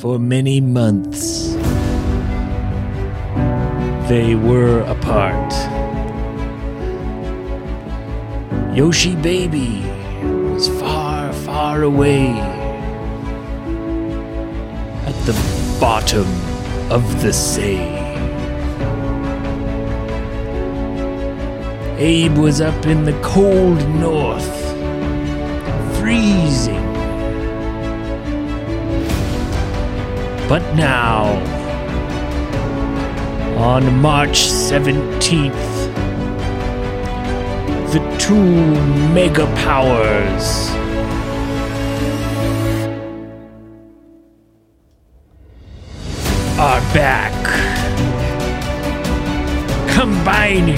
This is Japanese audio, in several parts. for many months. They were apart. Yoshi Baby was far, far away at the bottom of the sea. Abe was up in the cold north, freezing. But now, on March 17th, the two mega powers. Are back, combining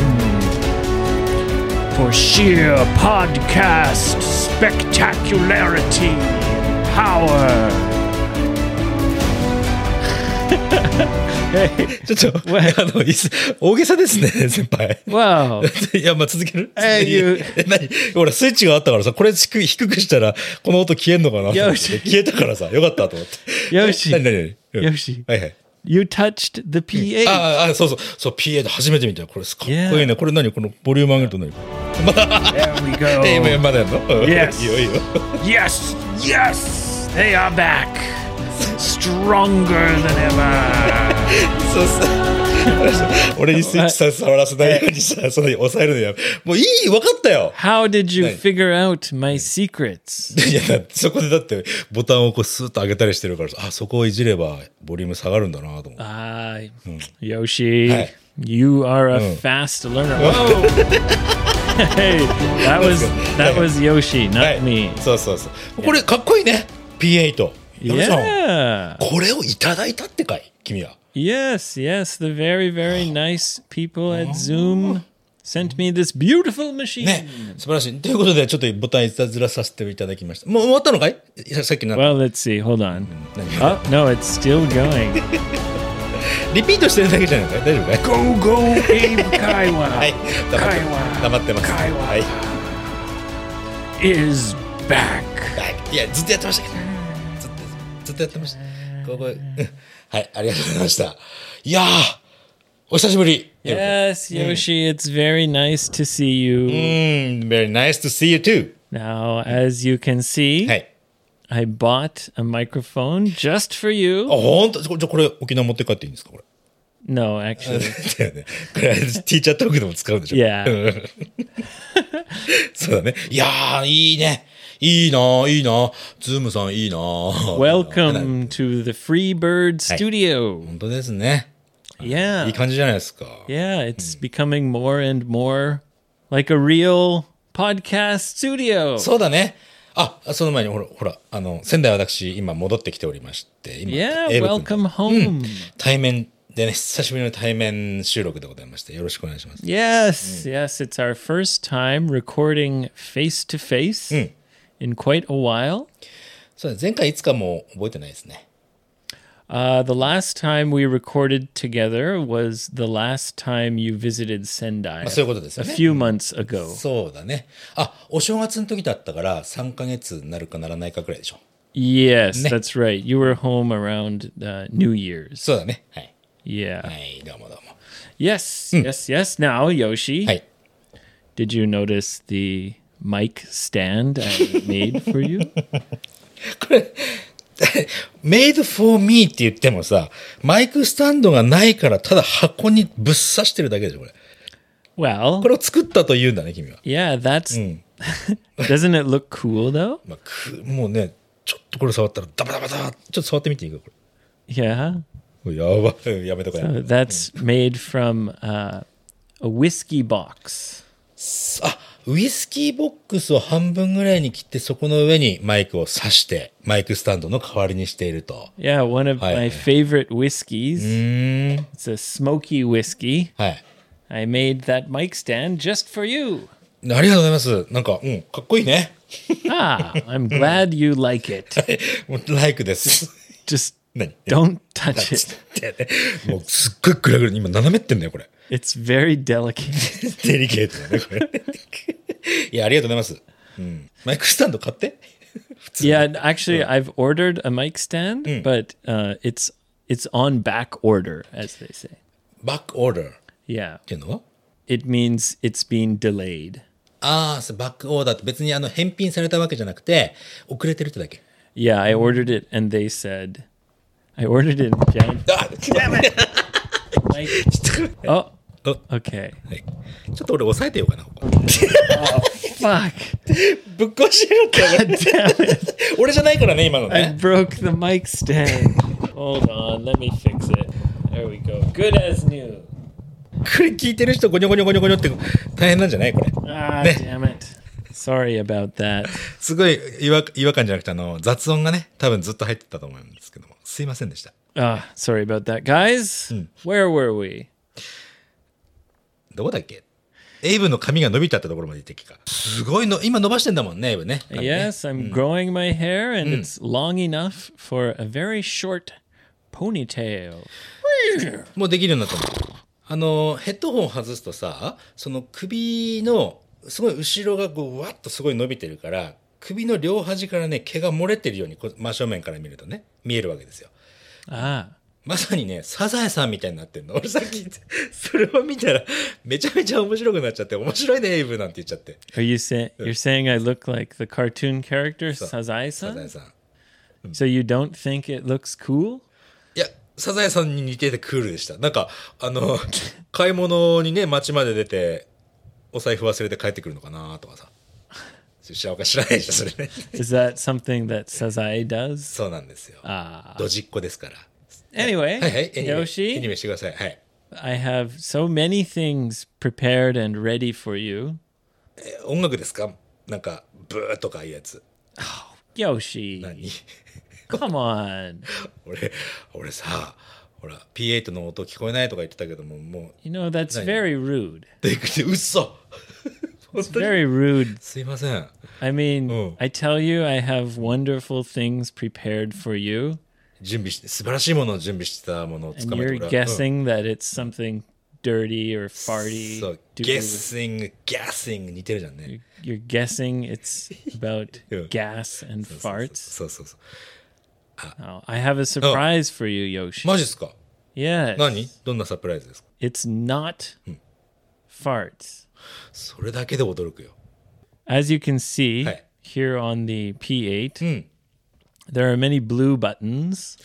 for sheer podcast spectacularity and power. ちょっと、あの、いす大げさです ね、先輩。 Wow. いや、まあ、続けるえー言う え何ほら、スイッチがあったからさ、これ低く低くしたら、この音消えんのかなと思ってよし 消えたからさ、よかったと思って。よし何何何よしはいはい。 You touched the PA. あああ、そうそう。そう、PA で初めて見たよ。これ、かっこいいね。これ何このボリューム上げると何 There we えー、 go. まだやんの Yes いいよ、いい よ。 Yes, yes, they are back. Stronger than ever. そうそう。俺にスイッチさ触らせないようにさ、その抑えるのやめ。もういいわかったよ How did you Hey. figure out my secrets? いや、だそこでだって、ボタンをこうスーッと上げたりしてるからさ、あ、そこをいじれば、ボリューム下がるんだなと思って。 Ah, Yoshi, Hmm. Hey. Hmm. you are a fast learner. Whoa. Hey, that was that Hey. was Yoshi, not me. そうそうそう。これ、かっこいいね。PA と。山さん Yeah. これをいただいたってかい君は。 Yes, yes. The very, very Oh. nice people at Zoom sent me this beautiful machine. ね。素晴らしい。ということで、ちょっとボタンいたずらさせていただきました。もう終わったのかいささっきの。 Well, let's see. Hold on. 何 Oh, no, it's still going. リピートしてるだけじゃないのかい大丈夫かい go, go, Abe Kaiwa. はい。黙って会話黙ってます。会話はい。 Is back. はい、いや、ずっとやってましたけど。ずっと、ずっとやってました。ここ、うんはい、ありがとうございました。いやー、お久しぶり。 Yes, Yoshi, it's very nice to see you. うん、very nice to see you too. Now, as you can see, はい。 I bought a microphone just for あ、 you. ほんとじゃあこれ沖縄持って帰っていいんですかこれ。 No, actually. だよね。これ、ティーチャートークでも使うんでしょ Yeah. うんそうだね。いやー、いいね。いいなー、いいなー。ズームさん、いいなー。 Welcome to the Freebird Studio. 本当ですね。 Yeah. いい感じじゃないですか。 Yeah, it's becoming more and more like a real podcast studio. そうだね。あ、その前にほら、ほら、あの、仙台私、今戻ってきておりまして、今、 yeah, エイブ君と welcome home. 対面でね、 久しぶりの対面収録でございまして、よろしくお願いします。 Yes, yes, it's our first time recording face to face in quite a while. そうだ前回いつかも覚えてないですね。 Uh, the last time we recorded together was the last time you visited Sendai まあ、そういうことです a よね。 few months ago. そうだね。あ、お正月の時だったから、3ヶ月になるかならないかくらいでしょ。 Yes, Ne- that's right. You were home around uh, New Year's. そうだね。はい。 Yeah. はい、どうもどうも。 Yes, yes, yes. Now, Yoshi, はい。 did you notice the mic stand I made for you? これ、made for me って言ってもさ、マイクスタンドがないから、ただ箱にぶっ刺してるだけでしょ、これ。 Well, これを作ったと言うんだね、君は。 yeah, that's. Doesn't it look cool though? まあ、くもうね、ちょっとこれ触ったらダバダバダちょっと触ってみていいか、こ Yeah. れ。やばい。やめとかやめと Uh, こ That's made from uh, a whiskey box. あ、ウイスキーボックスを半分ぐらいに切って、そこの上にマイクを刺して、マイクスタンドの代わりにしていると。Oh, Yeah, Mm. one of Hi. my favorite whiskeys. It's a smoky whiskey. はい。 I made that mic stand just for you. ありがとうございます。なんか、うん、かっこいいね。 Ah, I'm glad you like it. もうライクです。 Just 何 don't touch it. もうすっごいグラグラに今斜めってんだよ、これ。 It's very delicate. デリケートだね、これ。いや、ありがとうございます。うん。マイクスタンド買って。普通に Yeah, actually, I've ordered a mic stand, but uh, it's it's on back order, as they say. バックオーダーっ Yeah, ていうのは it means it's being delayed. ああ、そうバックオーダーって別にあの返品されたわけじゃなくて、遅れてるってだけ。 Yeah, I ordered it, and they said, I ordered it. Jan- あ mic. Oh, Oh. okay. はいちょっと俺押さえてようかな、ここ Fuck! ぶっ壊してやがったよ Damn it! 俺じゃないからね、今の I ね。 broke the mic stand. Hold on, let me fix it. There we go. Good as new. これ聞いてる人、ゴニョゴニョゴニョゴニョって大変なんじゃないこれ。 Ah, damn it. Sorry about that. すごい違和違和感じゃなくて、あの、雑音がね、多分ずっと入ってたと思うんですけども。すいませんでした。 Ah, sorry about that. Guys, where were we? どこだっけエイブの髪が伸びたってところまで行ってきた。すごいの、今伸ばしてんだもんね、エイブね。髪ね Yes, I'm Hmm. growing my hair and it's long enough for a very short ponytail. もうできるようになったの。あの、ヘッドホン外すとさ、その首の、すごい後ろがこう、わっとすごい伸びてるから、首の両端からね、毛が漏れてるように、こう真正面から見るとね、見えるわけですよ。 Ah, まさにね、サザエさんみたいになってんの。俺さっき、それを見たら、めちゃめちゃ面白くなっちゃって、面白いね、エイブなんて言っちゃって。 are you saying you're saying I look like the cartoon character サザエ Sazae-san? さん。 So you don't think it looks cool? いや、サザエさんに似ててクールでした。なんか、あの、買い物にね、街まで出て、お財布忘れて帰ってくるのかなとかさ。知らんか知らないでしょ、それ ね。 Is that something that Sazae does? そうなんですよ。 Ah. ドジっ子ですから。 Anyway, はいはい、エニメエニ Yoshi, メしてください。はい。 I have so many things prepared and ready for you. え音楽ですかなんか、ブーとかああいうやつ。 Yoshi, 何 come on. 俺、俺さ、ほら、P8 の音聞こえないとか言ってたけども、もう、 You know, that's very rude. でくて、嘘 本当に Very rude すいません。 I mean, Oh. I tell you, I have wonderful things prepared for you, 準備して、素晴らしいものを準備してたものをつ and かめて you're 俺は guessing that it's something dirty or そ farty. う、 to ゲ do ッシング、ゲッシング似てるじゃんね。 with- You're guessing it's about Yeah. gas and farts. そうそうそう。 Oh, I have a surprise for you, Yoshi. マジっすか Yes, 何どんなサプライズですか it's not farts. それだけで驚くよ。 As you can see Hey. here on the P8, there are many blue buttons.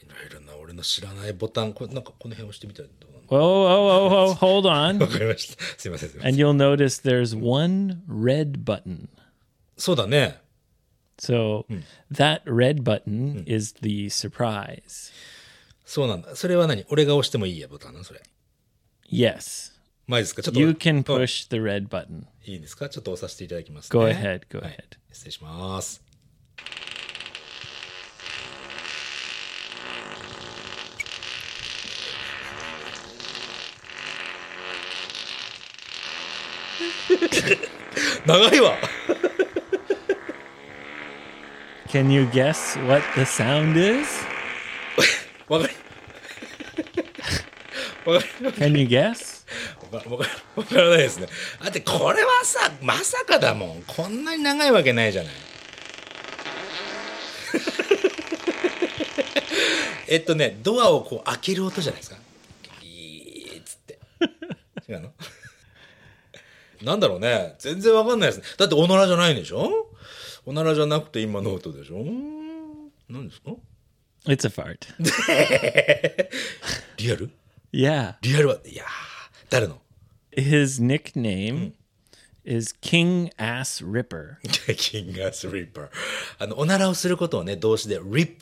いろいろな俺の知らないボタン、これなんかこの辺押してみたらどうなの Whoa, whoa, whoa, whoa! oh, Hold on. わかりました。すいません、すいません。 And you'll notice there's one red button. そうだね。 So that red button is the surprise. そうなんだ。それは何俺が押してもいいや、ボタンなのそれ。 Yes, マジですかちょっと。 you can うん push the red button. いいですかちょっと押させていただきます、ね。 Go ahead, go ahead. 失礼します。長いわ Can you guess what the sound is? わかりわかり Can you guess? わかわかわからないですね。だってこれはさ、まさかだもん。こんなに長いわけないじゃ ない。えっとね、ドアをこう開ける音じゃないですか。ギーッつって。違うのなんだろうね。全然わかんないですね。だっておならじゃないんでしょおならじゃなくて今の音でしょ何ですか It's a fart. リアル Yeah. リアルは、いやー、誰の His nickname is King Ass Ripper. キングアスリッパー。あの、おならをすることをね、動詞で rip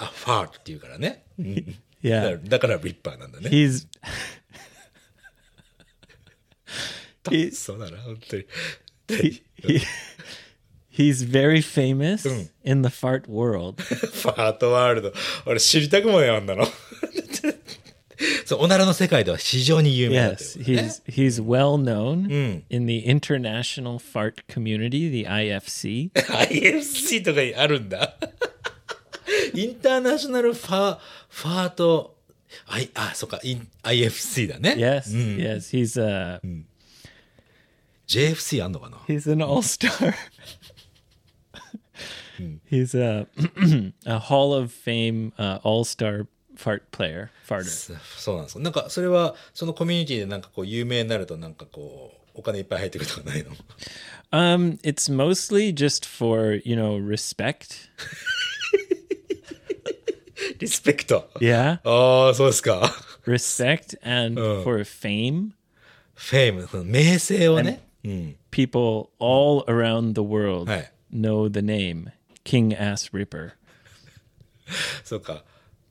a fart って言うからね。だから Yeah. だからリッパーなんだね。 He's いそうだな、本当に。 he- he's very famous in the fart world. ファートワールド。俺知りたくもね、あんなの。そう、おならの世界では非常に有名だという Yes, ことね he's he's well known in the international fart community, the IFC. IFC とかにあるんだ。インターナショナルファー、ファート、I、あ、そっか、イン IFC だね。 Yes, yes, he's uh, a JFC あんのかな he's an all star. He's a, a Hall of Fame uh, All Star fart player, farter. そそうなんですかなんかそれはそのコミュニティでなんかこう有名になるとなんかこうお金いっぱい入ってくるとかないの Um, it's mostly just for you know respect. リスペクト Yeah, ああそうですか respect and for fame. フェイムその名声をね People all around the world Hey. know the name King Ass Ripper. そうか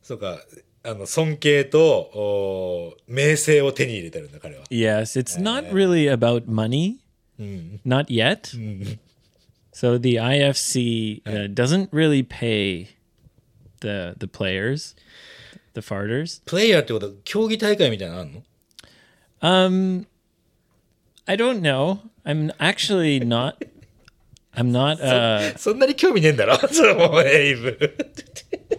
そうかあの尊敬とおー名声を手に入れてるんだ彼は Yes, it's not really about money, not yet. So the IFC uh, doesn't really pay the the players, the farters. プレイヤーってことは競技大会みたいなのあるの I don't know. I'm actually not. I'm not. Uh, そんなに興味ねえんだろ それもうエイブ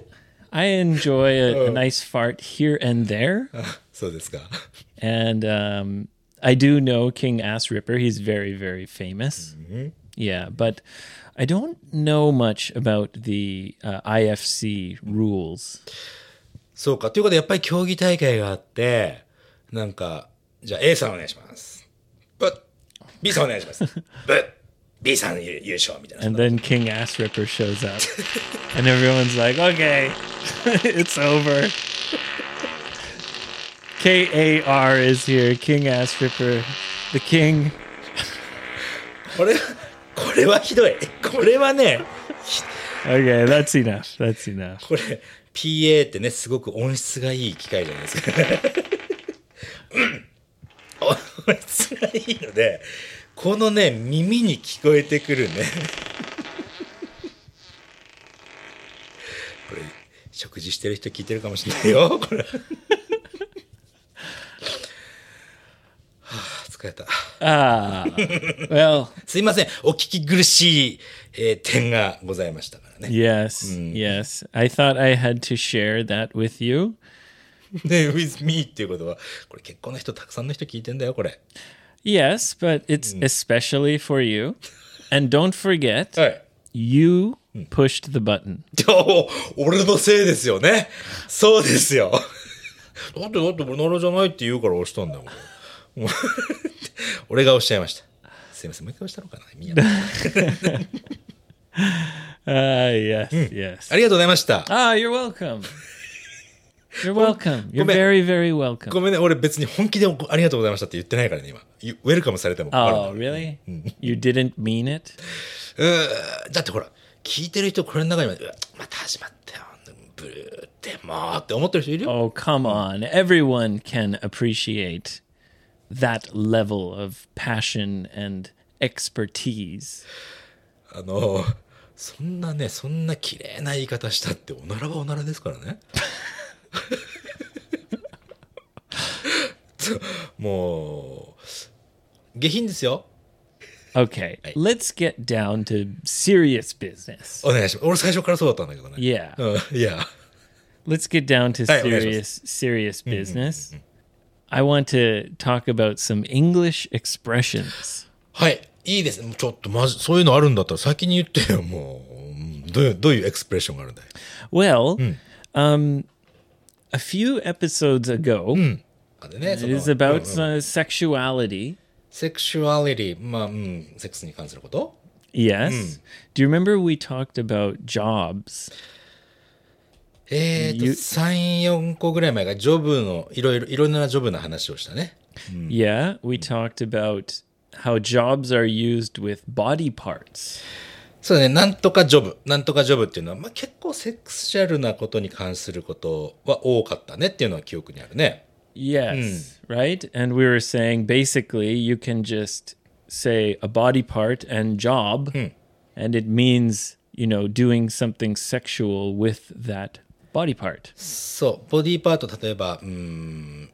I enjoy a, a nice fart here and there, そうですか and um, I do know King Ass Ripper. He's very, very famous. Yeah, but I don't know much about the uh, IFC rules. そうかということでやっぱり競技大会があってなんかじゃあ A さんお願いしますブッ B さんお願いしますブッ B さん優優勝みたいな And then King Ass Ripper shows up, and everyone's like, okay, it's over. K A R is here, King Ass Ripper, the king. これこれはひどいこれはね Okay, that's enough. That's enough. これ PA ってねすごく音質がいい機械じゃないですか、うん、音質がいいのでこのね耳に聞こえてくるねこれ食事してる人聞いてるかもしれないよこれはあ疲れた Ah, well, すいませんお聞き苦しい、えー点がございましたからね yes, yes. I thought I had to share that with you. で、with me っていうことは、これ結構な人、たくさんの人聞いてんだよ、これ。 Yes, but it's especially for you. And don't forget, はい。 you pushed the button. 俺のせいですよね。そうですよ。だって、だって、俺奈良じゃないって言うから押したんだよ、俺。もう俺が押しちゃいました。すいません、もう一回押したのかな。みや Ah, yes, yes. ありがとうございました。 Ah, you're welcome. You're welcome. You're come here. very, very welcome. ごめんね、俺別に本気でありがとうございましたって言ってないからね、今。You- ウェルカムされても困るんだ Oh, really? You didn't mean it? うーだってほら、聞いてる人、これの中には、うわまた始まったよ。ブルーってもうって思ってる人いるよ。 Oh, come on. Everyone can appreciate that level of passion and expertise. あの、そんなね、そんな綺麗な言い方したって、おならはおならですからね。 そうもう、下品ですよ。 Okay, let's get down to serious business. お願いします。俺最初からそうだったんだけどね。 Yeah. うん、いや。 Let's get down to Oh. Hey, okay, Mm-hmm, serious serious business. I want to talk about some English expressions. はい。いいですね。ちょっとまず、そういうのあるんだったら先に言ってよ、もううん。どういう、どういうエクスプレッションがあるんだよ。 Well, Hmm. um a few episodes ago, Hmm. あでね、そ it の is about Oh, uh, sexuality. セクシュアリティ、まあ、うん、セックスに関すること Yes. Hmm. Do you remember we talked about jobs? えーと、ゆ3、4個ぐらい前が、ジョブの、いろいろ、いろんなジョブの話をしたね。Hmm. Yeah, we talked about how jobs are used with body parts. そうね、なんとかジョブ。なんとかジョブっていうのは、まあ、結構セクシャルなことに関することは多かったねっていうのは記憶にあるね。 Yes, right? And we were saying basically you can just say a body part and job and it means, you know, doing something sexual with that body part. そう、ボディーパート、例えば、うーん、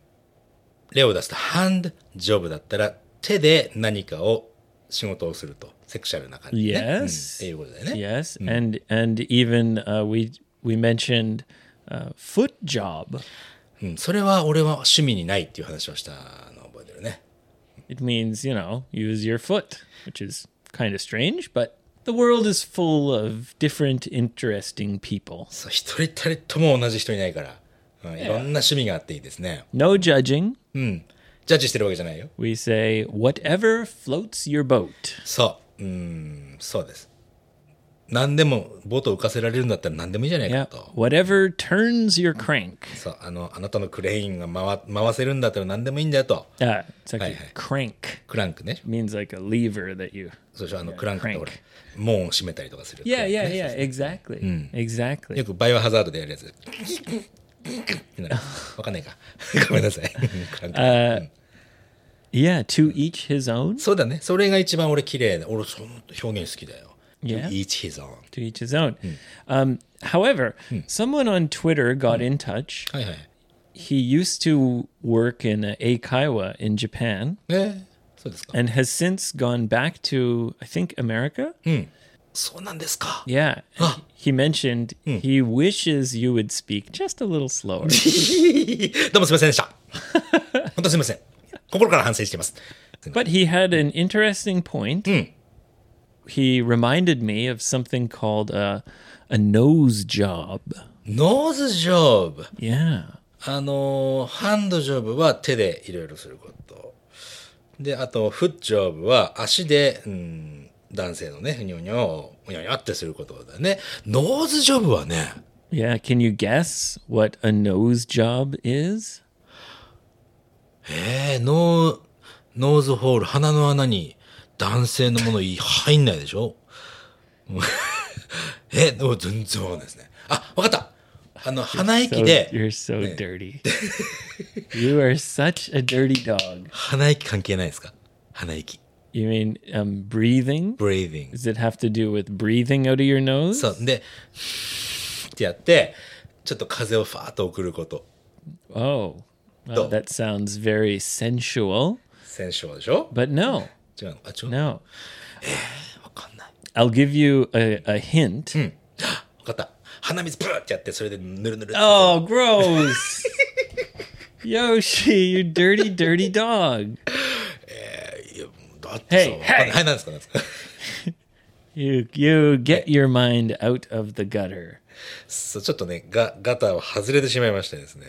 例を出すと、ハンドジョブだったら、手で何かを仕事をすると、セクシャルな感じ、ね。うんっ Yes. ていうことだよね。 Yes, and and even uh, we we mentioned uh, foot job. うん、それは俺は趣味にないっていう話をしたのを覚えてるね。 It means, you know, use your foot, which is kind of strange, but the world is full of different interesting people. そう一人たりとも同じ人いないから、うん、いろんな趣味があっていいですね No judging. うんジャッジしてるわけじゃないよ We say whatever floats your boat. そううんそうです何でもボートを浮かせられるんだったら何でもいいじゃない Yeah. かと Whatever turns your crank. そうあのあなたのクレーンが回回せるんだったら何でもいいんだよと Uh, it's actually Hi, hi. crank クランクね means like a lever that you. そうでしょあのクランクってほら crank 門を閉めたりとかする Yeah, yeah, ね yeah. Exactly. Exactly. よくバイオハザードでやるやつってなるわかんないかごめんなさいクランク Yeah, to each his own. そうだね。それが一番俺綺麗だ。俺その表現好きだよ。 Yeah. Each his own. To each his own. Um, however, someone on Twitter got in touch. はいはい。 He used to work in uh, Eikaiwa in Japan えー、そうですか。 and has since gone back to, I think, America. Hmm. そうなんですか。 Yeah. and He mentioned he wishes you would speak just a little slower. どうもすいませんでした。 本当すいません。心から反省しています。 But he had an interesting point. He reminded me of something called a, a nose job. ノーズジョブ。 Yeah. あのーハンドジョブは手でいろいろすること。で、あと、フッジョブは足で、うん、男性のね、ふにょにょ、ふにょにょってすることだね。ノーズジョブはね、 Yeah. Can you guess what a nose job is? えー、ノー、ノーズホール、鼻の穴に男性のものい入んないでしょ え、でも全然わかんないですね。あ、わかったあの、鼻 So- 息で、 you're so dirty. you are such a dirty dog. 鼻息関係ないですか鼻息。 You mean um, breathing? breathing. Does it have to do with breathing out of your nose? そう。で、ってやって、ちょっと風をファーッと送ること。 oh, well, No. that sounds very sensual. 戦勝でしょ But no, 違うのか違うのわ no. かんない。 I'll give you a, a hint. わかった。鼻水ブーってやって、それでぬるぬるって。Oh, gross. Yoshi, you dirty, dirty dog. いやだってさ、わか Hey, んない hey. はい、なんですかなんですか You you get your mind out of the gutter. そうちょっとね、ガ、ガターを外れてしまいましてですね。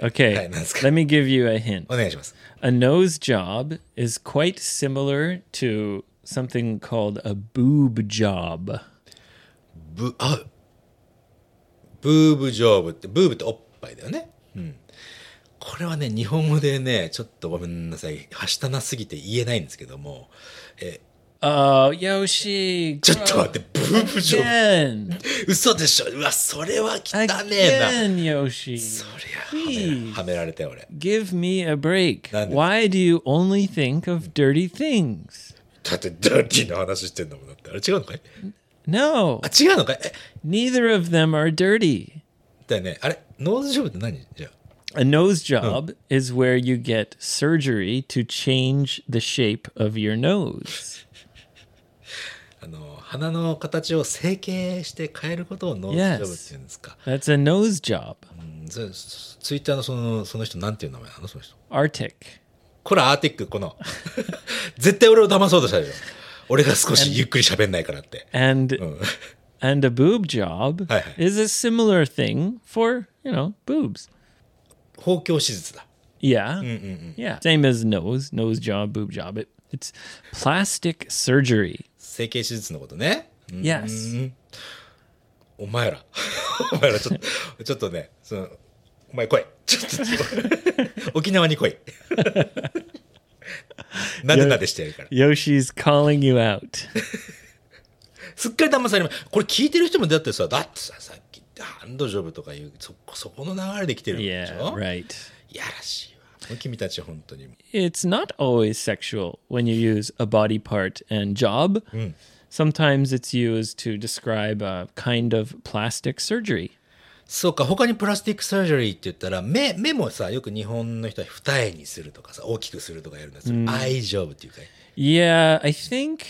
Okay, Hey, that's good. let me give you a hint. お願いします。 A nose job is quite similar to something called a boob job. ブ、あ、ブーブジョーブって、ブーブっておっぱいだよね。うん。これはね、日本語でね、ちょっとごめんなさい。はしたなすぎて言えないんですけども、え、 Oh, Yoshi. ちょっと gross. 待って、ブーブジョー Again. ブ。嘘でしょうわ、それは汚ねえな。 Again, Yoshi. そりゃ、はめらはめられたよ、俺。 Give me a break. None. Why do you only think of dirty things? だって、ダーティーな話してんだもんだって。あれ違うのかい No, あ、違うのかいえ、 neither of them are dirty. だよね。あれ、ノーズジョーブって何じゃあ。 A nose Oh. job is where you get surgery to change the shape of your nose. あの鼻の形を整形して変えることをノー Yes. ズジョブって言うんですか。 That's a nose job. うんそそツイッターのそのその人なんていう名前なのその人。 Arctic. これアーティックこの絶対俺を騙そうとしたでしょ。俺が少しゆっくり喋んないからって。 And うん and a boob job Oh. Hi, hi. is a similar thing for, you know, boobs. 包協手術だ。 Yeah. Yeah. Same as nose, nose job, boob job. It, it's plastic surgery. 整形手術のことね。うん Yes. Mm-hmm. お前ら お前らちょっとちょっとねそのお前来い。ちょっとちょっと沖縄に来い。なでなでしてやるから。 Yoshi's calling you out. すっかり騙されます。これ聞いてる人もだってさ、だってさ、さっきハンドジョブとかいう、そこ、そこの流れで来てるんでし Yeah, ょ、 right. いやらしいわ。もう君たち本当に。 It's not always sexual when you use a body part and job. Sometimes it's used to describe a kind of plastic surgery. そうか、他にプラスティックサージュリーって言ったら、目、目もさ、よく日本の人は二重にするとかさ、大きくするとかやるんですよ。アイジョブっていうかい。 Yeah, I think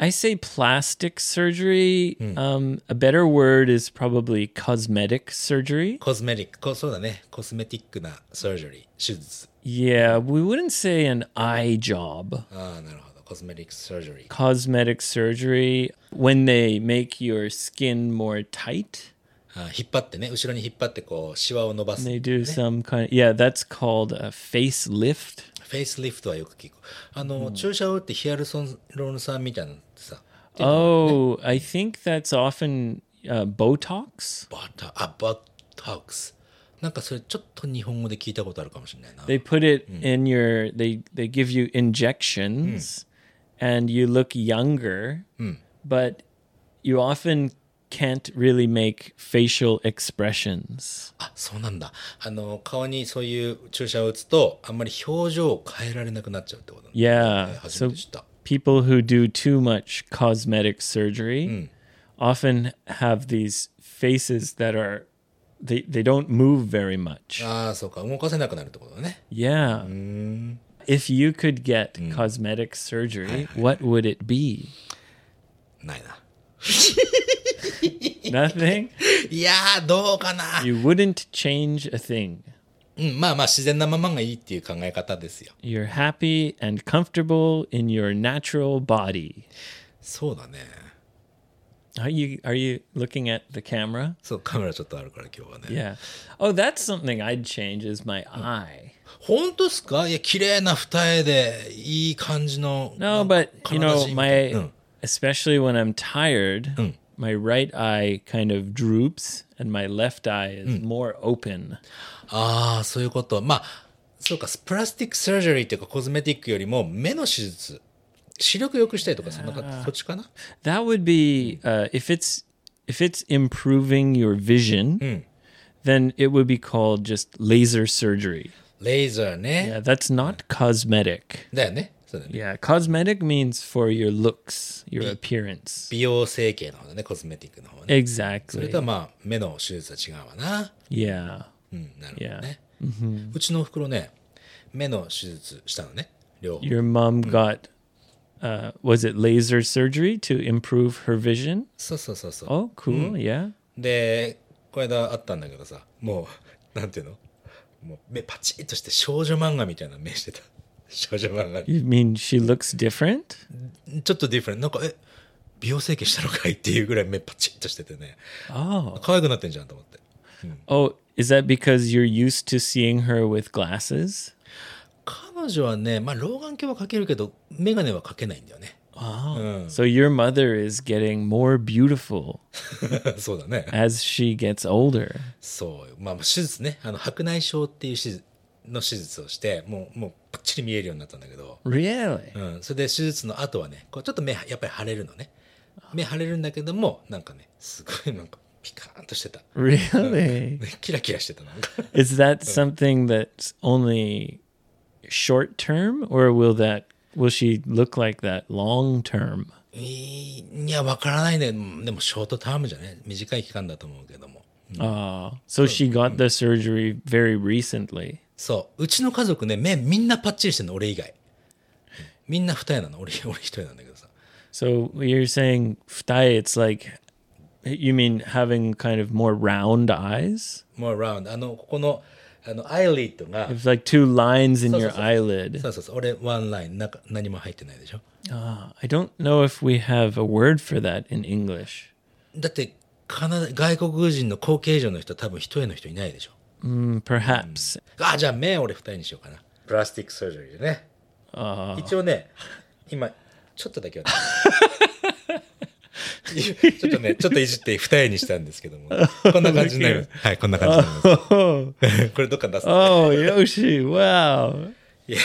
I say plastic surgery. Um, a better word is probably cosmetic surgery. コスメリック、こそうだね。コスメティックなサージュリー、手術。 Yeah, we wouldn't say an eye job. ああ、なるほど。 cosmetic surgery. Cosmetic surgery, when they make your skin more tight, あ引っ張ってね、後ろに引っ張ってこう、シワを伸ばす。 they do some kind yeah, that's called a facelift. フェイスリフトはよく聞く。あの、注射を打ってヒアルソンロール酸みたいなのってさ、 Oh, I think that's often uh, Botox. バタ、あ、バタックス。なんかそれちょっと日本語で聞いたことあるかもしれないな。 They put it in your they they give you injections and you look younger, but you often can't really make facial expressions. あ、そうなんだ。あの、顔にそういう注射を打つと、あんまり表情を変えられなくなっちゃうってことなんだ Yeah. ね初 So めて知った。 people who do too much cosmetic surgery often have these faces that are they they don't move very much. ああ、そうか。動かせなくなるってことだね。 yeah. If you could get cosmetic surgery, what would it be? ないな。 Nothing? いやー、どうかな。 You wouldn't change a thing. うん、まあまあ自然なままがいいっていう考え方ですよ。 You're happy and comfortable in your natural body. そうだね。 Are you are you looking at the camera? そう、カメラちょっとあるから今日はね。 Yeah. Oh, that's something I'd change is my eye. 本当ですかいや、綺麗な二重で、いい感じの。 No, but 体 you know, 人みたい my especially when I'm tired, my right eye kind of droops and my left eye is more open. ああ、そういうこと。まあ、そうか、プラスティックサージェリーっていうか、コズメティックよりも、目の手術。視力良くしたいとか、そんな感じ、そっちかな That would be uh, if it's if it's improving your vision, then it would be called just laser surgery. レーザーね。 Yeah, that's not cosmetic. だよね。そうだよね。 Yeah, cosmetic means for your looks, your appearance. 美容整形の方だね、コズメティックの方ね。それ Exactly. とはまあ、目の手術は違うわな。 Yeah. うん、なるほど Yeah. ね。うちのお袋ね、目の手術したのね、両方。 Your mom got uh, was it laser surgery to improve her vision? そうそうそうそう。 Oh, cool. Yeah. で、この間あったんだけどさ、もう、なんていうのもう目パチッとして少女漫画みたいな目してた。少女漫画。 You mean she looks different? ちょっとディフェント。なんか、え、美容整形したのかいっていうぐらい目パチッとしててね。 Oh. 可愛くなってんじゃんと思って。 Oh, is that because you're used to seeing her with glasses? 彼女はね、まあ老眼鏡はかけるけど、眼鏡はかけないんだよね。 So your mother is getting more beautiful そうだね。 as she gets older. そう、まあ、まあ手術ね、あの白内障っていう手術の手術をして、もう、もう、ぱっちり見えるようになったんだけど、 Really? うん、それで手術の後はね、こうちょっと目、やっぱり腫れるのね。目腫れるんだけども、なんかね、すごいなんか、ピカーンとしてた。 Really? ねキラキラしてた、なんか。 Is that something that's only short term or will that will she look like that long term? いいや、わからないね。でも、ショートタームじゃね、短い期間だと思うけども。 Ah, so she got the surgery very recently. そう、うちの家族ね、目みんなパッチリしてんの、俺以外。みんな二重なの、俺、俺一人なんだけどさ。 So you're saying futai it's like you mean having kind of more round eyes? もう、ラウンド。あの、ここの、あの、アイリッドが、 It's like two lines in So, your so, so. eyelid. そうそうそう俺ワンラインなんか何も入ってないでしょ Ah, I don't know if we have a word for that in English. だってカナダ外国人の後継者の人多分一重の人いないでしょ Mm, Perhaps. あじゃあ目俺二重にしようかなプラスティックサージェリーでね一応ね今ちょっとだけ私 ちょっとねちょっといじって二重にしたんですけどもこんな感じになりますはいこんな感じになります Oh, これどっかに出す oh Yoshi, wow. いや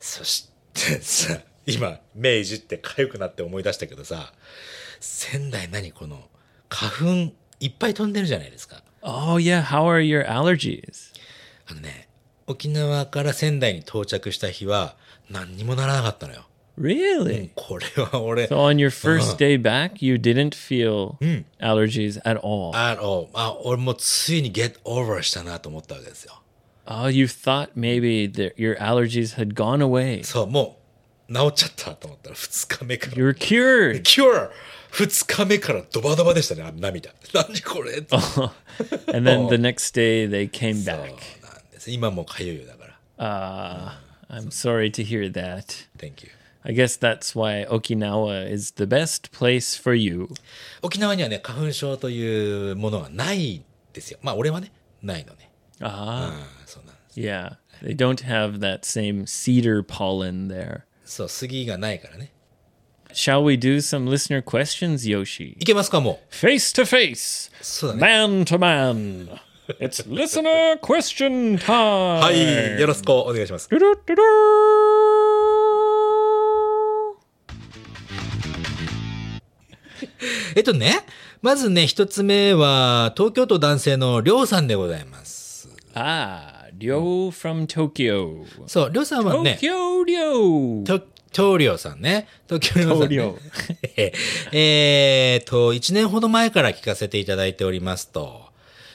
そしてさ今目いじって痒くなって思い出したけどさ仙台何この花粉いっぱい飛んでるじゃないですか Oh yeah, how are your allergies? あのね沖縄から仙台に到着した日は何にもならなかったのよ Really? これは俺 So on your first day back, you didn't feel allergies at all. あおあ俺もうついに get over したなと思ったわけですよ Oh, you thought maybe that your allergies had gone away. そうもう治っちゃったと思ったら2日目から You're cured. Cure! 2日目からドバドバでしたねあ涙何これってそう And then the next day they came なん back. です今もう痒いよだから Ah, I'm sorry to hear that. Thank you I guess that's why Okinawa is the best place for you. 沖縄にはね花粉症というものはないですよまあ俺はねないのね Ah, ああそうなんです yeah. They don't have that same cedar pollen there. そう杉がないからね Shall we do some listener questions, Yoshi? いけますかも Face to face, うそうだね man to man. It's listener question は time. いよろしくお願いします Do-do-do-do. えっとねまずね一つ目は東京都男性のりょうさんでございます Ah, Ryo from Tokyo. そうりょうさんはね Tokyo Ryo. と東涼さんね東京涼さん、ね東、 えーっと1年ほど前から聞かせていただいておりますと、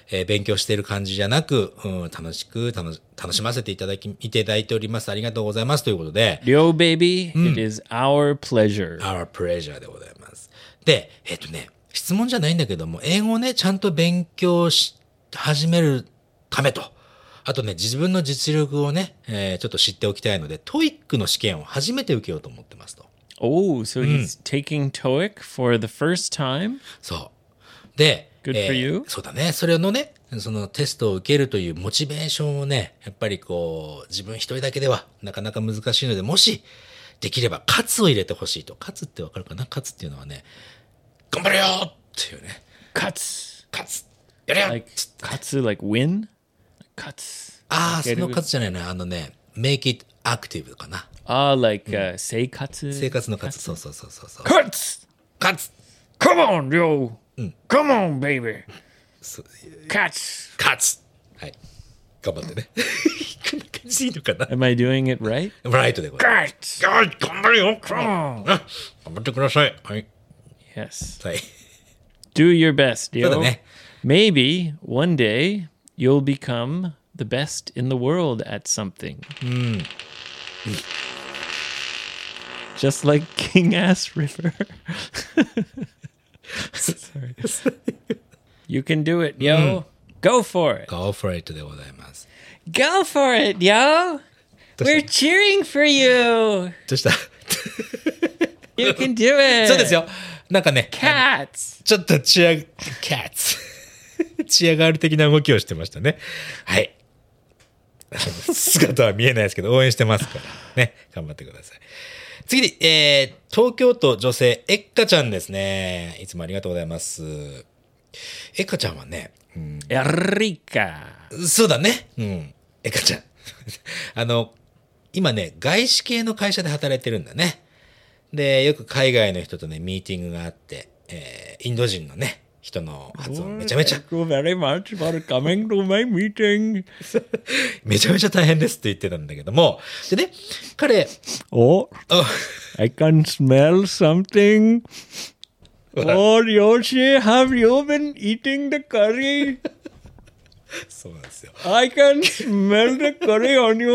えー勉強している感じじゃなく、うん、楽しく楽し楽しませていただきいただいておりますありがとうございますということで Ryo baby, it is our pleasure. Our pleasure でございます。で、えっ、とね、質問じゃないんだけども、英語をね、ちゃんと勉強し、始めるためと、あとね、自分の実力をね、えーちょっと知っておきたいので、TOEIC の試験を初めて受けようと思ってますと。 Oh, so he's taking TOEIC for the first time? そう。で、 Good for you. そうだね、それのね、そのテストを受けるというモチベーションをね、やっぱりこう、自分一人だけではなかなか難しいので、もし、できれば、カツを入れてほしいと。カツってわかるかなカツっていうのはね、頑張れよっていうね。 Cuts. 勝つやれよ、 Like katsu, like win? Cuts. ああその勝つじゃないなあのね make it active かな Ah, like uh, seikatsu. 生活の勝つそうそうそうそうそう Cuts! 勝つ Come on, Ryo. Come on, baby. そう Cuts. 勝つはい頑張ってね こんな感じでいいのかな Am I doing it right? ライトでござい Cuts. ますはい頑張れよカ on 頑張ってくださいはい、 Yes. はい、 Do your best, yo. そうだね。 Maybe one day you'll become the best in the world at something. Hmm. Just like King Ass River. Sorry. You can do it, yo. Go for it. Go for it でございます Go for it, yo. We're cheering for you. どうした You can do it. そうですよなんかね Cats. ちょっとチア、キャッツ。 チアガール的な動きをしてましたね。はい。 姿は見えないですけど、応援してますから。ね。頑張ってください。次に、えー、東京都女性、えっかちゃんですね。いつもありがとうございます。えっかちゃんはね、 Erika. そうだね。うん。えっかちゃん。 あの、今ね、外資系の会社で働いてるんだね。で、よく海外の人とね、ミーティングがあって、えーインド人のね、人の発音めちゃめちゃ、 Thank you very much for coming to my meeting. めちゃめちゃ大変ですって言ってたんだけども、でね、彼、 Oh, あ I can smell something. Oh, Yoshi, have you been eating the curry? そうなんですよ。 I can smell the curry on you.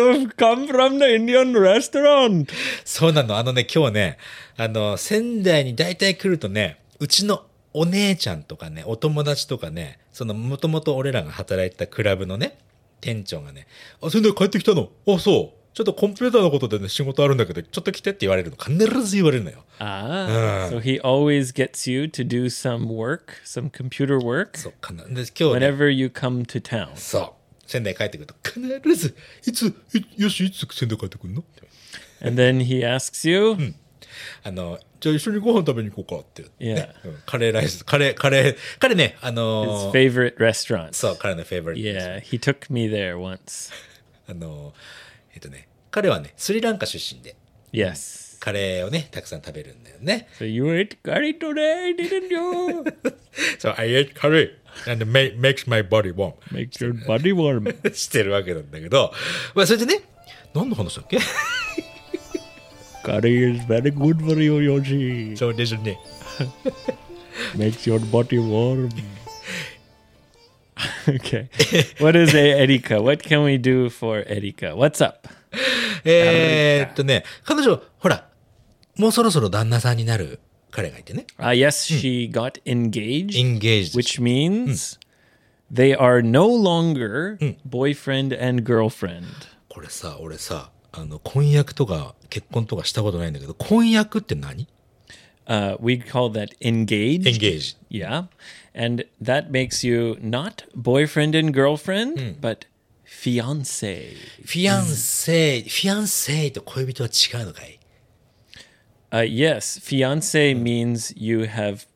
You've come from the Indian restaurant. そうなの、あのね、今日ね、あの、仙台に大体来るとね、うちのお姉ちゃんとかね、お友達とかね、その、もともと俺らが働いてたクラブのね、店長がね、あ、仙台帰ってきたのあ、そう。ちょっとコンピューターのことでね、仕事あるんだけど、ちょっと来てって言われるの、必ず言われるのよ。 Ah, so he always gets you to do some work, some computer work, そう、かな。で、今日ね、 whenever you come to town. そう。仙台帰ってくると、必ず、いつ、いよし、いつ仙台帰ってくるの And then he asks you, あの、じゃあ一緒にご飯食べに行こうかって。いやねうんカレーライス、カレー、カレー、彼ね、あ his のー、 favorite restaurant. そう、彼のフェイバリットです。 Yeah, he took me there once. あのー、えっとね、彼はね、スリランカ出身で、 Yes. カレーをね、たくさん食べるんだよね。 So you ate curry today, didn't you? So I ate curry and it makes my body warm. Makes your body warm. してるわけなんだけど、まあそれでね、何の話だっけ Curry is very good for you, Yoshi. そうですね。 Makes your body warm. okay. What is a Erika? What can we do for Erika? What's up? えーっとね、彼女、ほら、もうそろそろ旦那さんになる彼がいてね、 Ah, yes, she got engaged, インゲージ which means Hmm. they are no longer boyfriend and girlfriend. これさ俺さあの婚約とか結婚とかしたことないんだけど婚約って何 Uh, we call that engaged. ?engage Yeah. And that makes you not boyfriend and girlfriend, but fiance. フィアンセイフィアンセイと恋人は違うのかい Uh, yes, fiance Hmm. means you have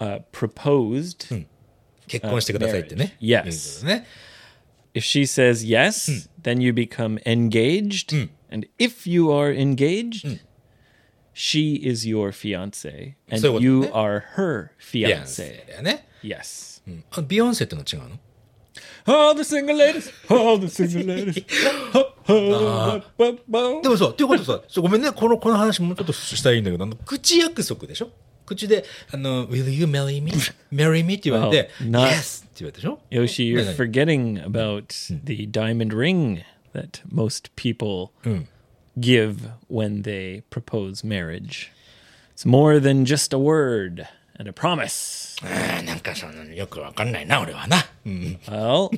uh, proposed. Hmm. 結婚してくださいってねい marriage. Yes. うことね If she says yes, Hmm. then you become engaged. And if you are engaged, Hmm. she is your fiance and So what- you are her フィアン fiance. セイだよね Yes. うんあビヨンセってのは違うの All the single ladies, all the single ladies. Ho, Ah. ho, bo, bo, で bo. もそう、ということでさ、 そうごめんね、この、この話もうちょっとしたいんだけど、あの、口約束でしょ口で、あの、Will you marry me?Marry me? って言われて、 Well, not- Yes! って言われたでしょ Yoshi, you're no. forgetting about the diamond ring that most people give when they propose marriage. It's more than just a word and a promise. あーなんかその、よくわかんないな、俺はな。うん。 Well,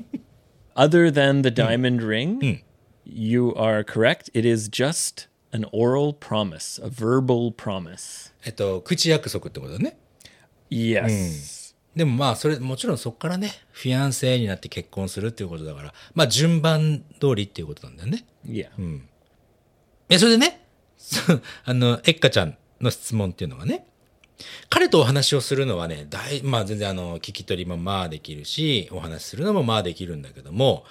other than the diamond ring, you are correct. It is just an oral promise, a verbal promise. えっと、口約束ってことだね。 Yes. でもまあ、それ、もちろんそこからね、フィアンセになって結婚するっていうことだから、まあ、順番通りっていうことなんだよね。 Yeah. え、それでね、 そうあの、エッカちゃんの質問っていうのがね、彼とお話をするのはね、大、まあ全然あの、聞き取りもまあできるし、お話しするのもまあできるんだけども、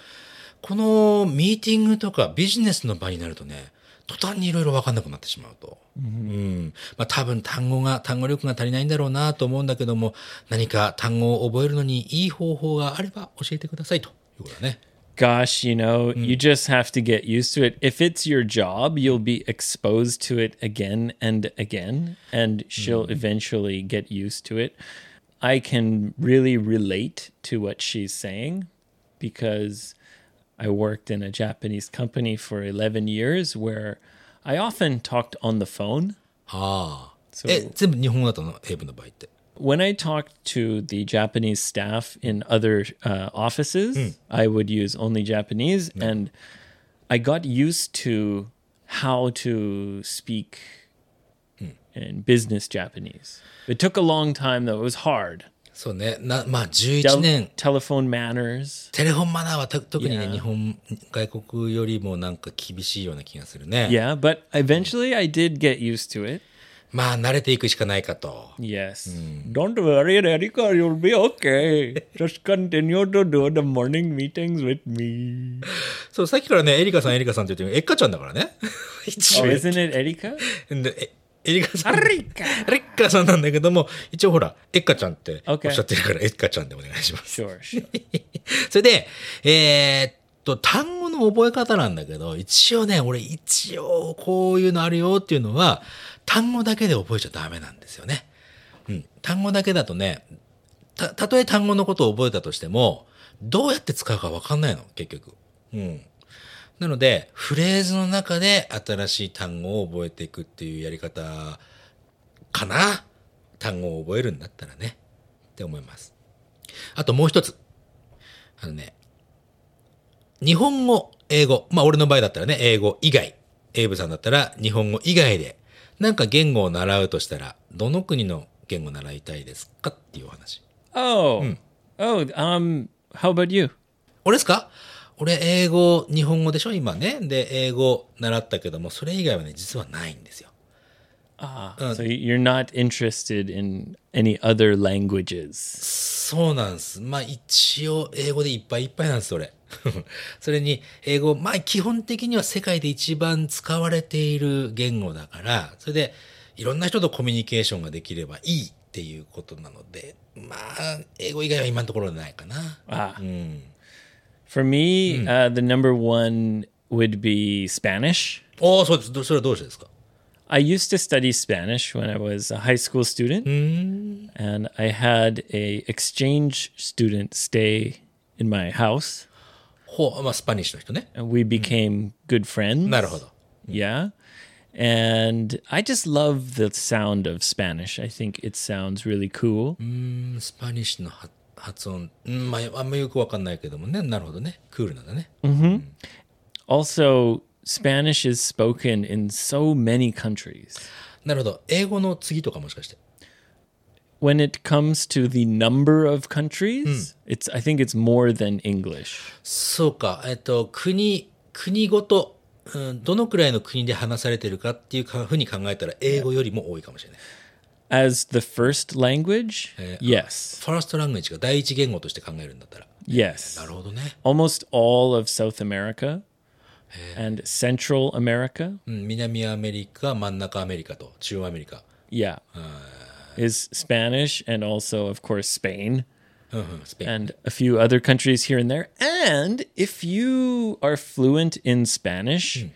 このミーティングとかビジネスの場になるとね、途端にいろいろ分かんなくなってしまうと。うん。まあ多分単語が、単語力が足りないんだろうなと思うんだけども、何か単語を覚えるのにいい方法があれば教えてくださいということだね。 gosh, you know, you just have to get used to it. If it's your job, you'll be exposed to it again and again, and she'll eventually get used to it. I can really relate to what she's saying because I worked in a Japanese company for 11 years where I often talked on the phone. はあ。 So え、全部日本語だったの英文の場合って。 when I talked to the Japanese staff in other uh, offices, I would use only Japanese, and I got used to how to speak in business Japanese. It took a long time, though; it was hard. そうね。な、まあ Tel- 11年、 telephone manners. テレフォンマナーはと特にね、 Yeah. 日本、外国よりもなんか厳しいような気がするね。 Yeah, but eventually I did get used to it. まあ、慣れていくしかないかと。 Yes. Don't worry, Erika, you'll be okay. Just continue to do the morning meetings with me. そう、さっきからね、エリカさん、エリカさんって言ってる、エッカちゃんだからね。 一 Oh, 応、 isn't it Erika? でえエリカさん。エリカリカさんなんだけども、一応ほら、エッカちゃんってお Okay. っしゃってるから、エッカちゃんでお願いします。 Sure, sure. それで、えーっと、単語の覚え方なんだけど、一応ね、俺一応こういうのあるよっていうのは、単語だけで覚えちゃダメなんですよね。うん。単語だけだとね、た、たとえ単語のことを覚えたとしても、どうやって使うかわかんないの、結局。うん。なので、フレーズの中で新しい単語を覚えていくっていうやり方かな単語を覚えるんだったらね。って思います。あともう一つ。あのね、日本語、英語、まあ俺の場合だったらね、英語以外、エイブさんだったら日本語以外で、なんか言語を習うとしたら、どの国の言語を習いたいですかっていうお話。 Oh. Oh, um, how about you? 俺ですか俺、英語、日本語でしょ今ね。で、英語習ったけども、それ以外はね、実はないんですよ。 Ah, so you're not interested in any other languages. そうなんです。まあ一応英語でいっぱいいっぱいなんです、俺。 それに英語、まあ基本的には世界で一番使われている言語だから、それでいろんな人とコミュニケーションができればいいっていうことなので、まあ英語以外は今のところないかな。 Ah. For me, uh, the number one would be Spanish. おお、そうです。どそれはどうしてですか I used to study Spanish when I was a high school student, and I had a exchange student stay in my house, ほう、まあスパニッシュの人ね。 and we became good friends. なるほど。 Yeah. And I just love the sound of Spanish. I think it sounds really cool. うんスパニッシュの発発音、うんまああんまよくわかんないけどもね。なるほどね。クールなんだね。 Also, Spanish is spoken in so many countries. なるほど。英語の次とかもしかして。 When it comes to the number of countries, it's I think it's more than English. そうか。えっと、国、国ごと、うん、どのくらいの国で話されてるかっていうかふうに考えたら、英語よりも多いかもしれない。 As the first language, yes. ファーストラングエッジが第一言語として考えるんだったら。 Yes. なるほどね。 Almost all of South America and Central America, うん、南アメリカ、真ん中アメリカと中央アメリカ。 yeah, is Spanish and also of course Spain. うんうん、スペイン。 and a few other countries here and there. And if you are fluent in Spanish,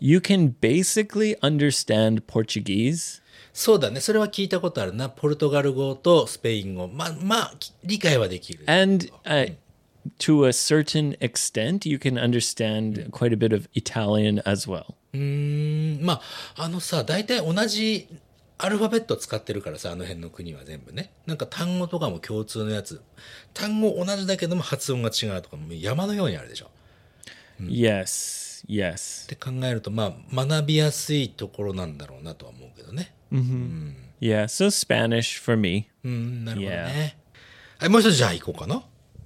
you can basically understand Portuguese. そうだね。それは聞いたことあるな。ポルトガル語とスペイン語。まあ、まあ、き理解はできる。 And uh, to a certain extent, you can understand quite a bit of Italian as well. うんまあ、あのさ、大体同じアルファベット使ってるからさ、あの辺の国は全部ね。なんか単語とかも共通のやつ。単語同じだけども発音が違うとか、もう山のようにあるでしょ。 Yes, yes, って考えると、まあ、学びやすいところなんだろうなとは思うけどね。 yeah. So Spanish for me. うん、なるほどね。はい、もう一つじゃあ行こうかな。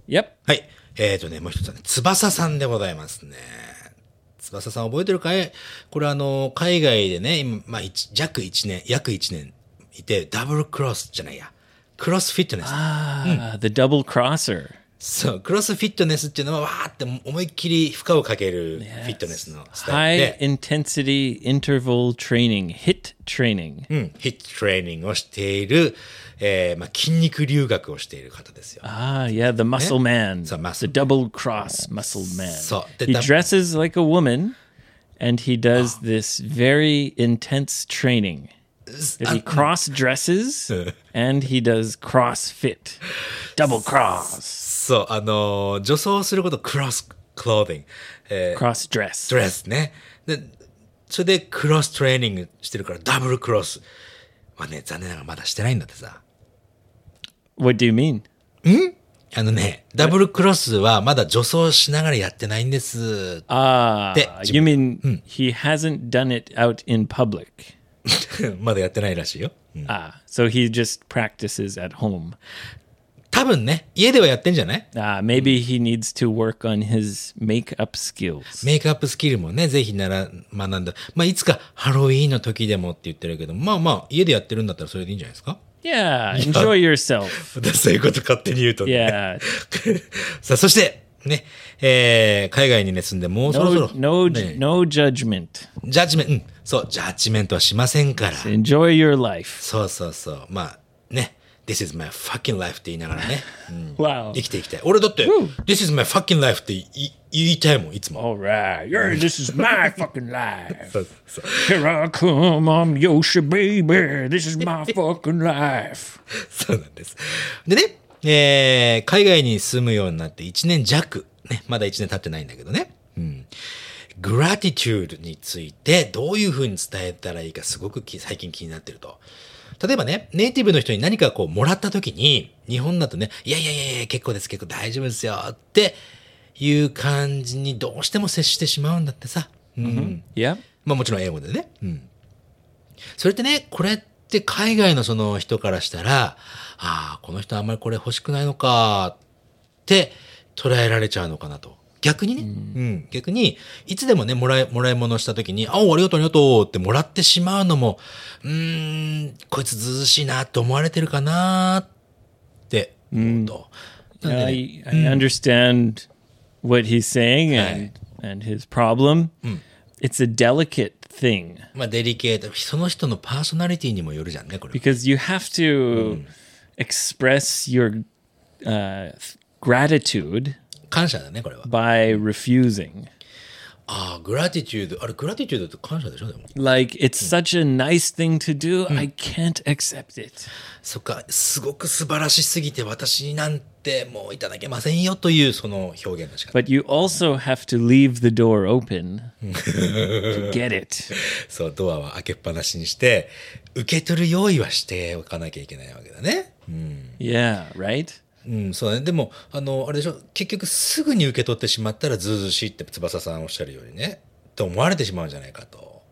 Yep. はい。えーとね、もう一つはね、翼さんでございますね。翼さん覚えてるかいこれあの、海外でね、今、まあ、一約1年、約1年いて、ダブルクロスじゃないや。クロスフィットネス。 Ah, the double crosser. そう、クロスフィットネスっていうのは、わーって思いっきり負荷をかけるフィットネスのスタ High イルで、 intensity interval training, HIT training. うん、ヒットトレーニングをしている、えー、まあ、筋肉留学をしている方ですよ。 Ah, yeah, the muscle man. So muscle the double cross muscle man. So the Ah. he dou- dresses like a woman and he does this very intense training. Ah. He cross dresses and he does CrossFit. Double cross. そう、あのー女装すること、クロスクローディング。えー Cross dress. ドレスね。で、それでクロストレーニングしてるからダブルクロス。まあね、残念ながらまだしてないんだってさ。 What do you mean? あのね、ダブルクロスはまだ助走しながらやってないんです。 Ah, で、 you mean Hmm. he hasn't done it out in public. まだやってないらしいよ。 Ah, so he just practices at home. 多分ね、家ではやってんじゃない Ah, maybe Hmm. he needs to work on his makeup skills. メイクアップスキルもね、ぜひなら、学んだ。まあ、いつかハロウィーンの時でもって言ってるけど、まあまあ、家でやってるんだったらそれでいいんじゃないですか Yeah, enjoy yourself. そういうこと勝手に言うとね。 Yeah. さあ、そして、ね、えー、海外にね、住んでもうそろそ No ろ、 no ね no judgment. ジャッジメント、うん、そう、ジャッジメントはしませんから。 Enjoy your life. そうそうそう。まあ、ね。This is my fucking life って言いながらね。 Wow. 生きていきたい。俺だって、This is my fucking life っていい言いたいもん、いつも。 All right. Yeah, this is my fucking life. そうそう Here I come, I'm Yoshi baby. This is my fucking life. そうなんです。でね、えー海外に住むようになって1年弱。ね、まだ1年経ってないんだけどね。うん。グラティチュードについてどういうふうに伝えたらいいかすごくき最近気になってると。例えばね、ネイティブの人に何かこうもらった時に、日本だとね、いやいやいやいや、結構です、結構大丈夫ですよっていう感じにどうしても接してしまうんだってさ。うん。 Yeah. まあもちろん英語でね。うん。それってね、これって海外のその人からしたら、ああ、この人あんまりこれ欲しくないのか、って捉えられちゃうのかなと。逆にね。うん。逆に、いつでもね、もらい、もらい物した時に、あおありがとうありがとうってもらってしまうのも、うーん、こいつずうずうしいなって思われてるかなって思うと。なんでね I, I understand what he's saying and and his problem. It's a delicate thing まあデリケート、その人のパーソナリティにもよるじゃんね、これは。 because you have to express your uh, gratitude 感謝だね、これは。 by refusing. ああ、グラティチュード。あれ、グラティチュードって感謝でしょでも。 Like it's such a nice thing to do. I can't accept it. そっか、すごく素晴らしすぎて私になんてもういただけませんよというその表現の仕方。 But you also have to leave the door open to get it. そう、ドアは開けっぱなしにして、受け取る用意はしておかなきゃいけないわけだね。 Yeah, right? うん、そうだね。でも、あの、あれでしょ、結局すぐに受け取ってしまったらずうずうしいって翼さんおっしゃるようにね。って思われてしまうんじゃないかと。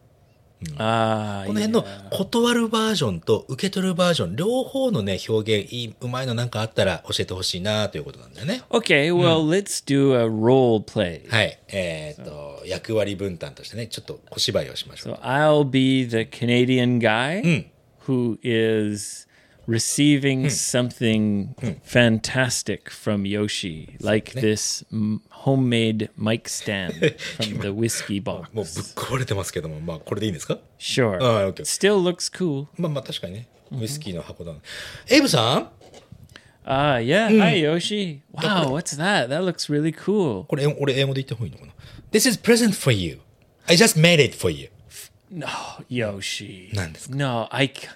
ああ、この辺いのいな断るバージョンと受け取るバージョン、両方のね、表現、いい、うまいのなんかあったら教えてほしいなということなんだよね。 Okay, well, let's do a role play. はい。えーっと、役割分担としてね、ちょっと小芝居をしましょう。 So I'll be the Canadian guy Hmm. who is receiving something Hmm. fantastic from Yoshi, like this m- homemade mic stand from the whiskey もう box. ぶっ壊れてますけども、まあ、これでいいんですか Sure. Oh, okay. Still looks cool. まあまあ、確かにね。ウイスキーの箱だな。エイブさん Ah, yeah. Hmm. Hi, Yoshi. Wow, what's that? That looks really cool. これ、え俺英語で言った方がいいのかな ?This is present for you.I just made it for you. No, Yoshi. 何ですか？ No, I, c-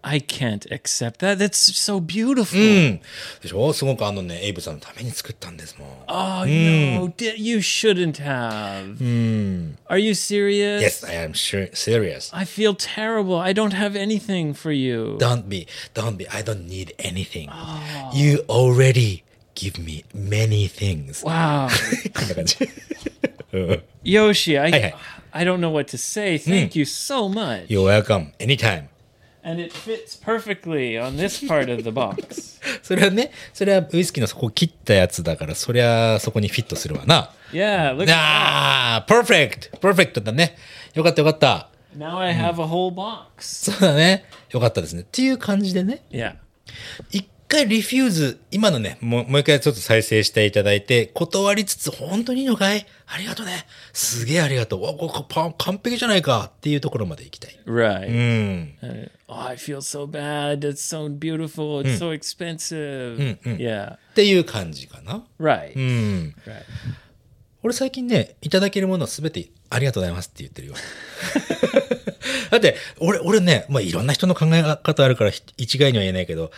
I can't accept that. That's so beautiful. Mm. でしょすごくあのね、エイブさんのために作ったんですもん。 Oh Mm. no, di- you shouldn't have. Are you serious? Yes, I am sure, serious. I feel terrible. I don't have anything for you. Don't be, don't be, I don't need anything.、You already give me many things. こ Wow. んな感じ。 Yoshi, I Hey, Mm. hey. I don't know what to say. Thank you so much. You're welcome, anytime. And it fits perfectly on this part of the box. それはね、それはウイスキーの底を切ったやつだから、そりゃそこにフィットするわな。 Yeah, look. ああ、パーフェクトパーフェクトだね。よかったよかった。 Now I have a whole box. そうだね。よかったですね。っていう感じでね。 Yeah. 一回リフューズ、今のね、もうもう一回ちょっと再生していただいて、断りつつ、本当にいいのかいありがとうね。すげえありがとう。わ、ここパン完璧じゃないかっていうところまで行きたい。 Right. うん。 Uh, oh, I feel so bad. It's so beautiful. It's so expensive. Yeah. っていう感じかな。 Right. うん。 Right. 俺最近ね、いただけるものは全てありがとうございますって言ってるよ。 だって、俺、俺ね、まあ、いろんな人の考え方あるからひ一概には言えないけど、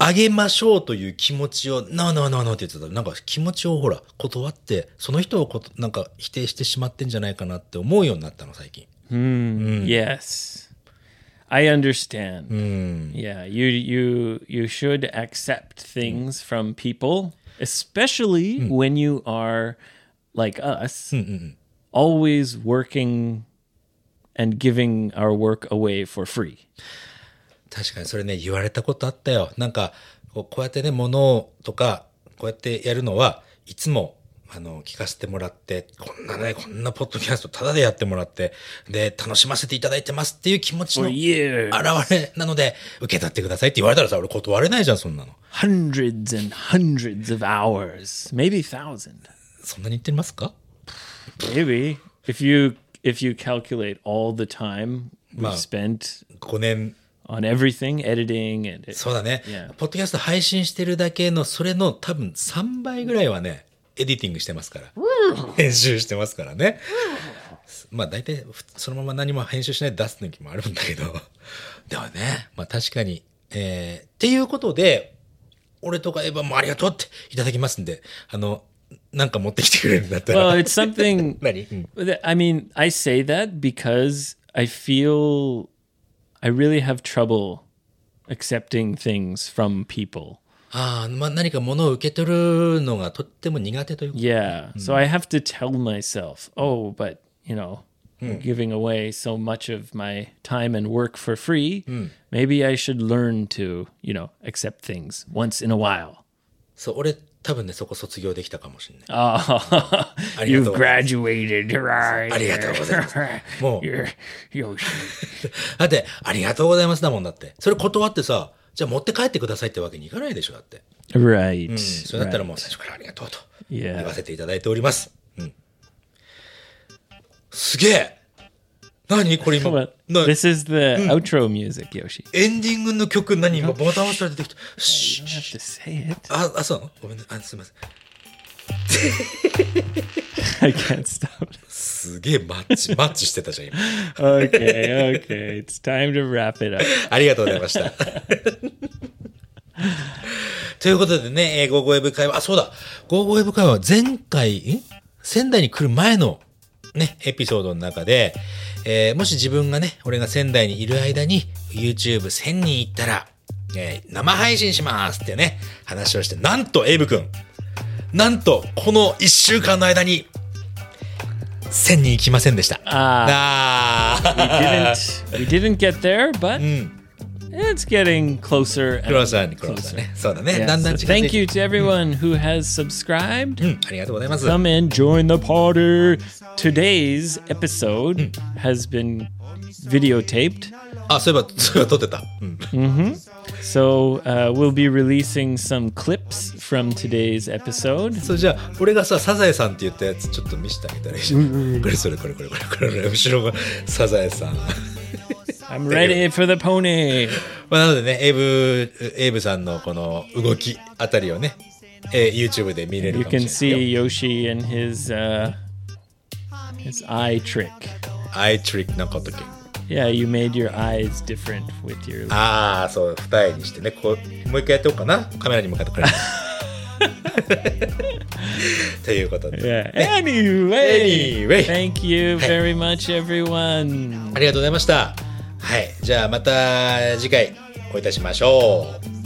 あげましょうという気持ちを、なあなあなあなあって言ってたら、なんか気持ちをほら、断って、その人をことなんか否定してしまってんじゃないかなって思うようになったの、最近。 Yes. I understand. Yeah, you you you should accept things from people, especially when you are like us, always working and giving our work away for free. 確かにそれね、言われたことあったよ。なんか、こうこうやってね、ものとか、こうやってやるのは、いつも、あの、聞かせてもらって、こんなね、こんなポッドキャストタダでやってもらって、で、楽しませていただいてますっていう気持ちの For 現 years, れなので、受け取ってくださいって言われたらさ、俺断れないじゃん、そんなの。 hundreds and hundreds of hours, maybe thousand, そんなに言ってますか maybe if you if you calculate all the time we've Wow. spent ?5 年、 on everything, editing and it, そうだね。 Yeah. ポッドキャスト配信してるだけの、それの多分3倍ぐらいはね、エディティングしてますから。編集してますからね。まあ大体、ふそのまま何も編集しないで出す時もあるんだけど。でもね、まあ確かに。えー、っていうことで、俺とかエヴァもありがとうっていただきますんで、あの、なんか持ってきてくれるんだった well, ら。it's something. 何うん。 Th- I mean, I say that because I feel I really have trouble accepting things from people. ああ、まあ何か物を受け取るのがとっても苦手というか。 Yeah. So I have to tell myself, oh, but, you know, I'm giving away so much of my time and work for free. Maybe I should learn to, you know, accept things once in a while. そう、俺多分ね、そこ卒業できたかもしれない。 Oh, りがとうございます you've graduated. Right. ありがとうございます。もう、 You're, Yoshi. だって、ありがとうございますだもんだって。それ断ってさ、じゃあ持って帰ってくださいってわけにいかないでしょ、だって。 Right. それだったらもう最初からありがとうと Yeah. 言わせていただいております。うん。すげえ何これ今 Well,。な this is the outro music, Yoshi. エンディングの曲何今ボタン押したら出てきた。シ You don't have to say ュ it. ッあ、あ、そうなのごめんね。あ、すいません。 I can't stop. すげえマッチ、マッチしてたじゃん、今。 Okay, okay. It's time to wrap it up. ありがとうございました。ということでね、えー、ゴーゴーエブ会話、あ、そうだ、ゴーゴーエブ会話は前回、ん仙台に来る前のね、エピソードの中で、えーもし自分がね、俺が仙台にいる間に YouTube1000 人行ったら、えー生配信しますってね、話をして、なんとエイブくん、なんとこの1週間の間に、 1000人いきませんでした。 Ah, あ we あ。 didn't we didn't get there, but うん。 it's getting closer クロ and ーザーにクローザーね。そうだね。 yeah, だんだん so 近づい thank て。 you to everyone who has subscribed. うん。ありがとうございます。 Come and join the party. Today's episode has been videotaped, あ、そういえば、そういえば撮ってた。うん。 so uh, we'll be releasing some clips from today's episode. それじゃあ、俺がさ、サザエさんって言ったやつ、ちょっと見せてあげたらいいじゃん。これ、それ、これ、これ、これ、これ、これ後ろがサザエさん。 I'm ready for the pony. まあ、なのでね、エイブ、エイブさんのこの動きあたりをね、えー、YouTube で見れる You かも can しれない see よ。 Yoshi and his uh, his eye trick. Eye trick なんかあったっけ Yeah, you made your eyes different with your. ああ、そう、二重にしてね、こう、もう一回やっておこうかな。カメラに向かって くれ。ということで。 Yeah. Anyway, Anyway. thank you very much, everyone. ありがとうございました。はい。じゃあまた次回お会いいたしましょう。